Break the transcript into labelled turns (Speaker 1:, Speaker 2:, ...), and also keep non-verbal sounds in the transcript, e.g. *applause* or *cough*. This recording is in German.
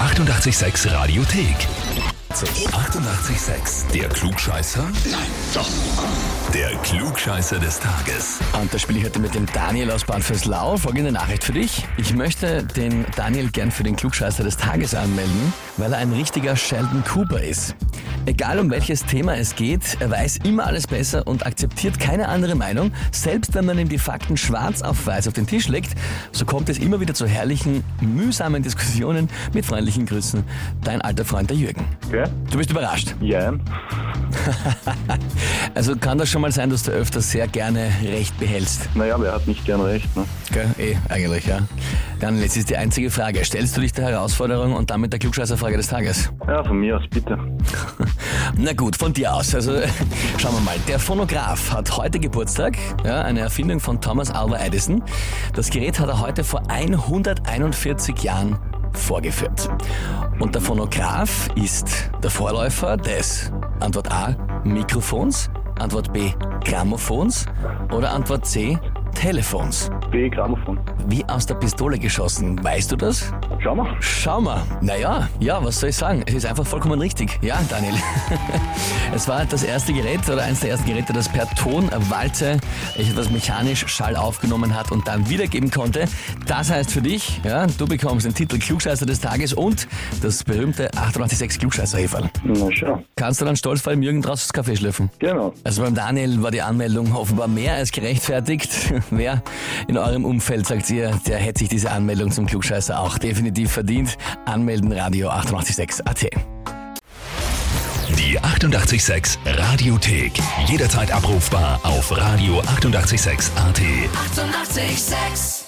Speaker 1: 886 Radiothek. 88,6. Der Klugscheißer? Nein, doch. Der Klugscheißer des Tages.
Speaker 2: Und da spiele ich heute mit dem Daniel aus Bad Fürslau. Folgende Nachricht für dich. Ich möchte den Daniel gern für den Klugscheißer des Tages anmelden, weil er ein richtiger Sheldon Cooper ist. Egal um welches Thema es geht, er weiß immer alles besser und akzeptiert keine andere Meinung. Selbst wenn man ihm die Fakten schwarz auf weiß auf den Tisch legt, so kommt es immer wieder zu herrlichen, mühsamen Diskussionen. Mit freundlichen Grüßen, dein alter Freund der Jürgen.
Speaker 3: Okay.
Speaker 2: Du bist überrascht.
Speaker 3: Ja.
Speaker 2: Also kann das schon mal sein, dass du öfter sehr gerne Recht behältst.
Speaker 3: Naja, wer hat nicht gern recht, ne?
Speaker 2: Gell? Eh, eigentlich, ja. Dann, jetzt ist die einzige Frage. Stellst du dich der Herausforderung und damit der Klugscheißerfrage des Tages?
Speaker 3: Ja, von mir aus, bitte.
Speaker 2: Na gut, von dir aus. Also *laughs* schauen wir mal. Der Phonograph hat heute Geburtstag. Ja, eine Erfindung von Thomas Alva Edison. Das Gerät hat er heute vor 141 Jahren vorgeführt. Und der Phonograph ist der Vorläufer des Antwort A Mikrofons, Antwort B Grammophons oder Antwort C Telefons.
Speaker 3: B, Grammophon.
Speaker 2: Wie aus der Pistole geschossen, weißt du das?
Speaker 3: Schau mal.
Speaker 2: Schau mal. Naja, ja, was soll ich sagen? Es ist einfach vollkommen richtig. Ja, Daniel. *laughs* es war das erste Gerät oder eines der ersten Geräte, das per Tonwalze etwas mechanisch Schall aufgenommen hat und dann wiedergeben konnte. Das heißt für dich, ja, du bekommst den Titel Klugscheißer des Tages und das berühmte 886 klugscheißer -Häferl.
Speaker 3: Na, schau.
Speaker 2: Kannst du dann stolz vor dem Jürgen draußen das Kaffee schlürfen?
Speaker 3: Genau.
Speaker 2: Also beim Daniel war die Anmeldung offenbar mehr als gerechtfertigt. *laughs* Wer in eurem Umfeld sagt ihr, der hätte sich diese Anmeldung zum Klugscheißer auch definitiv verdient. Anmelden Radio 886 AT.
Speaker 1: Die 88,6 Radiothek. Jederzeit abrufbar auf radio886.at. 88,6.
Speaker 4: Eighty-eight, sex.